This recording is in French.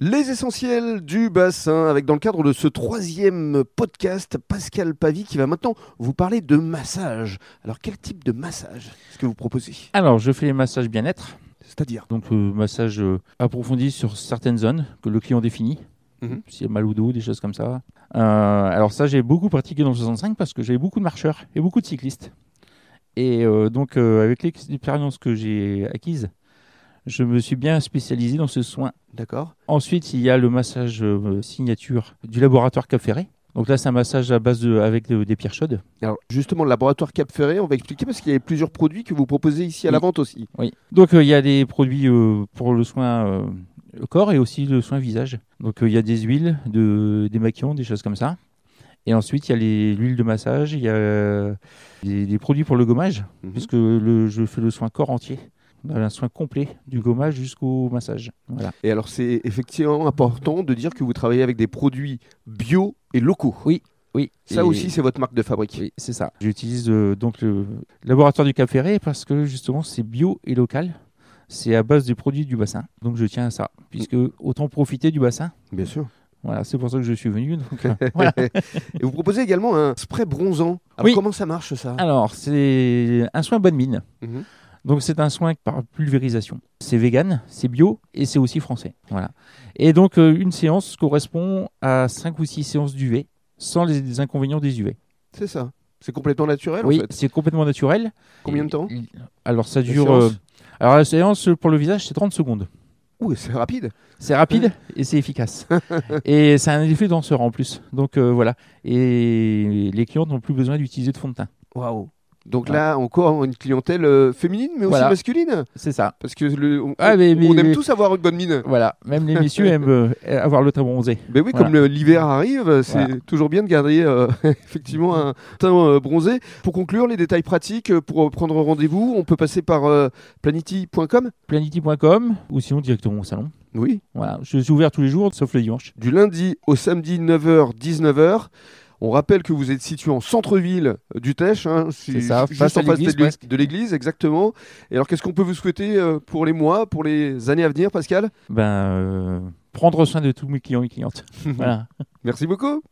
Les essentiels du bassin, avec dans le cadre de ce troisième podcast, Pascal Pavie qui va maintenant vous parler de massage. Alors quel type de massage est-ce que vous proposez Alors, je fais les massages bien-être, C'est-à-dire donc euh, massage euh, approfondi sur certaines zones que le client définit, Mhm. s'il y a mal au dos, des choses comme ça. Euh, alors ça, j'ai beaucoup pratiqué dans le 65 parce que j'avais beaucoup de marcheurs et beaucoup de cyclistes. Et euh, donc, euh, avec l'expérience que j'ai acquise, je me suis bien spécialisé dans ce soin D'accord Ensuite, il y a le massage euh, signature du laboratoire Cap Ferré. Donc là, c'est un massage à base de, avec de- des pierres chaudes. Alors justement, le laboratoire Cap Ferré, on va expliquer parce qu'il y a plusieurs produits que vous proposez ici à la Oui. vente aussi. Oui. Donc euh, il y a des produits euh, pour le soin euh, le corps et aussi le soin visage. Donc euh, il y a des huiles, de, des maquillons, des choses comme ça. Et ensuite, il y a les- l'huile de massage, il y a euh, des, des produits pour le gommage, Mhm. puisque le, je fais le soin corps entier, un soin complet du gommage jusqu'au massage. Voilà. Et alors c'est effectivement important de dire que vous travaillez avec des produits bio et locaux. Oui. Ça Et- aussi, c'est votre marque de fabrique. Oui, c'est ça. J'utilise euh, donc le laboratoire du Cap Ferré parce que justement c'est bio et local. C'est à base des produits du bassin. Donc je tiens à ça, puisque autant profiter du bassin. Bien sûr. Voilà, c'est pour ça que je suis venu. donc, euh, voilà. Et vous proposez également un spray bronzant. Alors Oui. Ah. comment ça marche ça Alors, c'est un soin bonne mine. Mhm. Donc c'est un soin par pulvérisation. C'est vegan, c'est bio et c'est aussi français. Voilà. Et donc euh, une séance correspond à 5 ou 6 séances d'UV sans les, les inconvénients des UV. C'est ça. C'est complètement naturel oui, Ah, en fait. c'est complètement naturel. Combien de temps Alors ça La dure. séance euh, alors la séance pour le visage, c'est 30 secondes. Ouh, c'est rapide. C'est rapide et c'est efficace. et ça a un effet danseur en plus. Donc euh, voilà. Et les clientes n'ont plus besoin d'utiliser de fond de teint. Waouh. Donc Ouais. là encore une clientèle euh, féminine mais Ah. Voilà. aussi masculine C'est ça. parce que le, on, Ah, mais- on mais- aime mais- tous avoir une bonne mine. Voilà. Même les messieurs aiment euh, avoir le teint bronzé. Ben oui, Voilà. comme le- l'hiver arrive, c'est Voilà. toujours bien de garder euh, effectivement un teint euh, bronzé. Pour conclure, les détails pratiques euh, pour prendre rendez-vous, on peut passer par euh, planity.com. Planity.com ou sinon directement au salon. Oui. Voilà. Je suis ouvert tous les jours sauf le dimanche. Du lundi au samedi 9h 19h. On rappelle que vous êtes situé en centre-ville euh, d'Utèche, hein, si- C'est ça, ju- face juste en à face l'église, de l'é- presque. de l'église, exactement. Et alors, qu'est-ce qu'on peut vous souhaiter euh, pour les mois, pour les années à venir, Pascal Ben euh, prendre soin de tous mes clients et clientes. voilà. Merci beaucoup.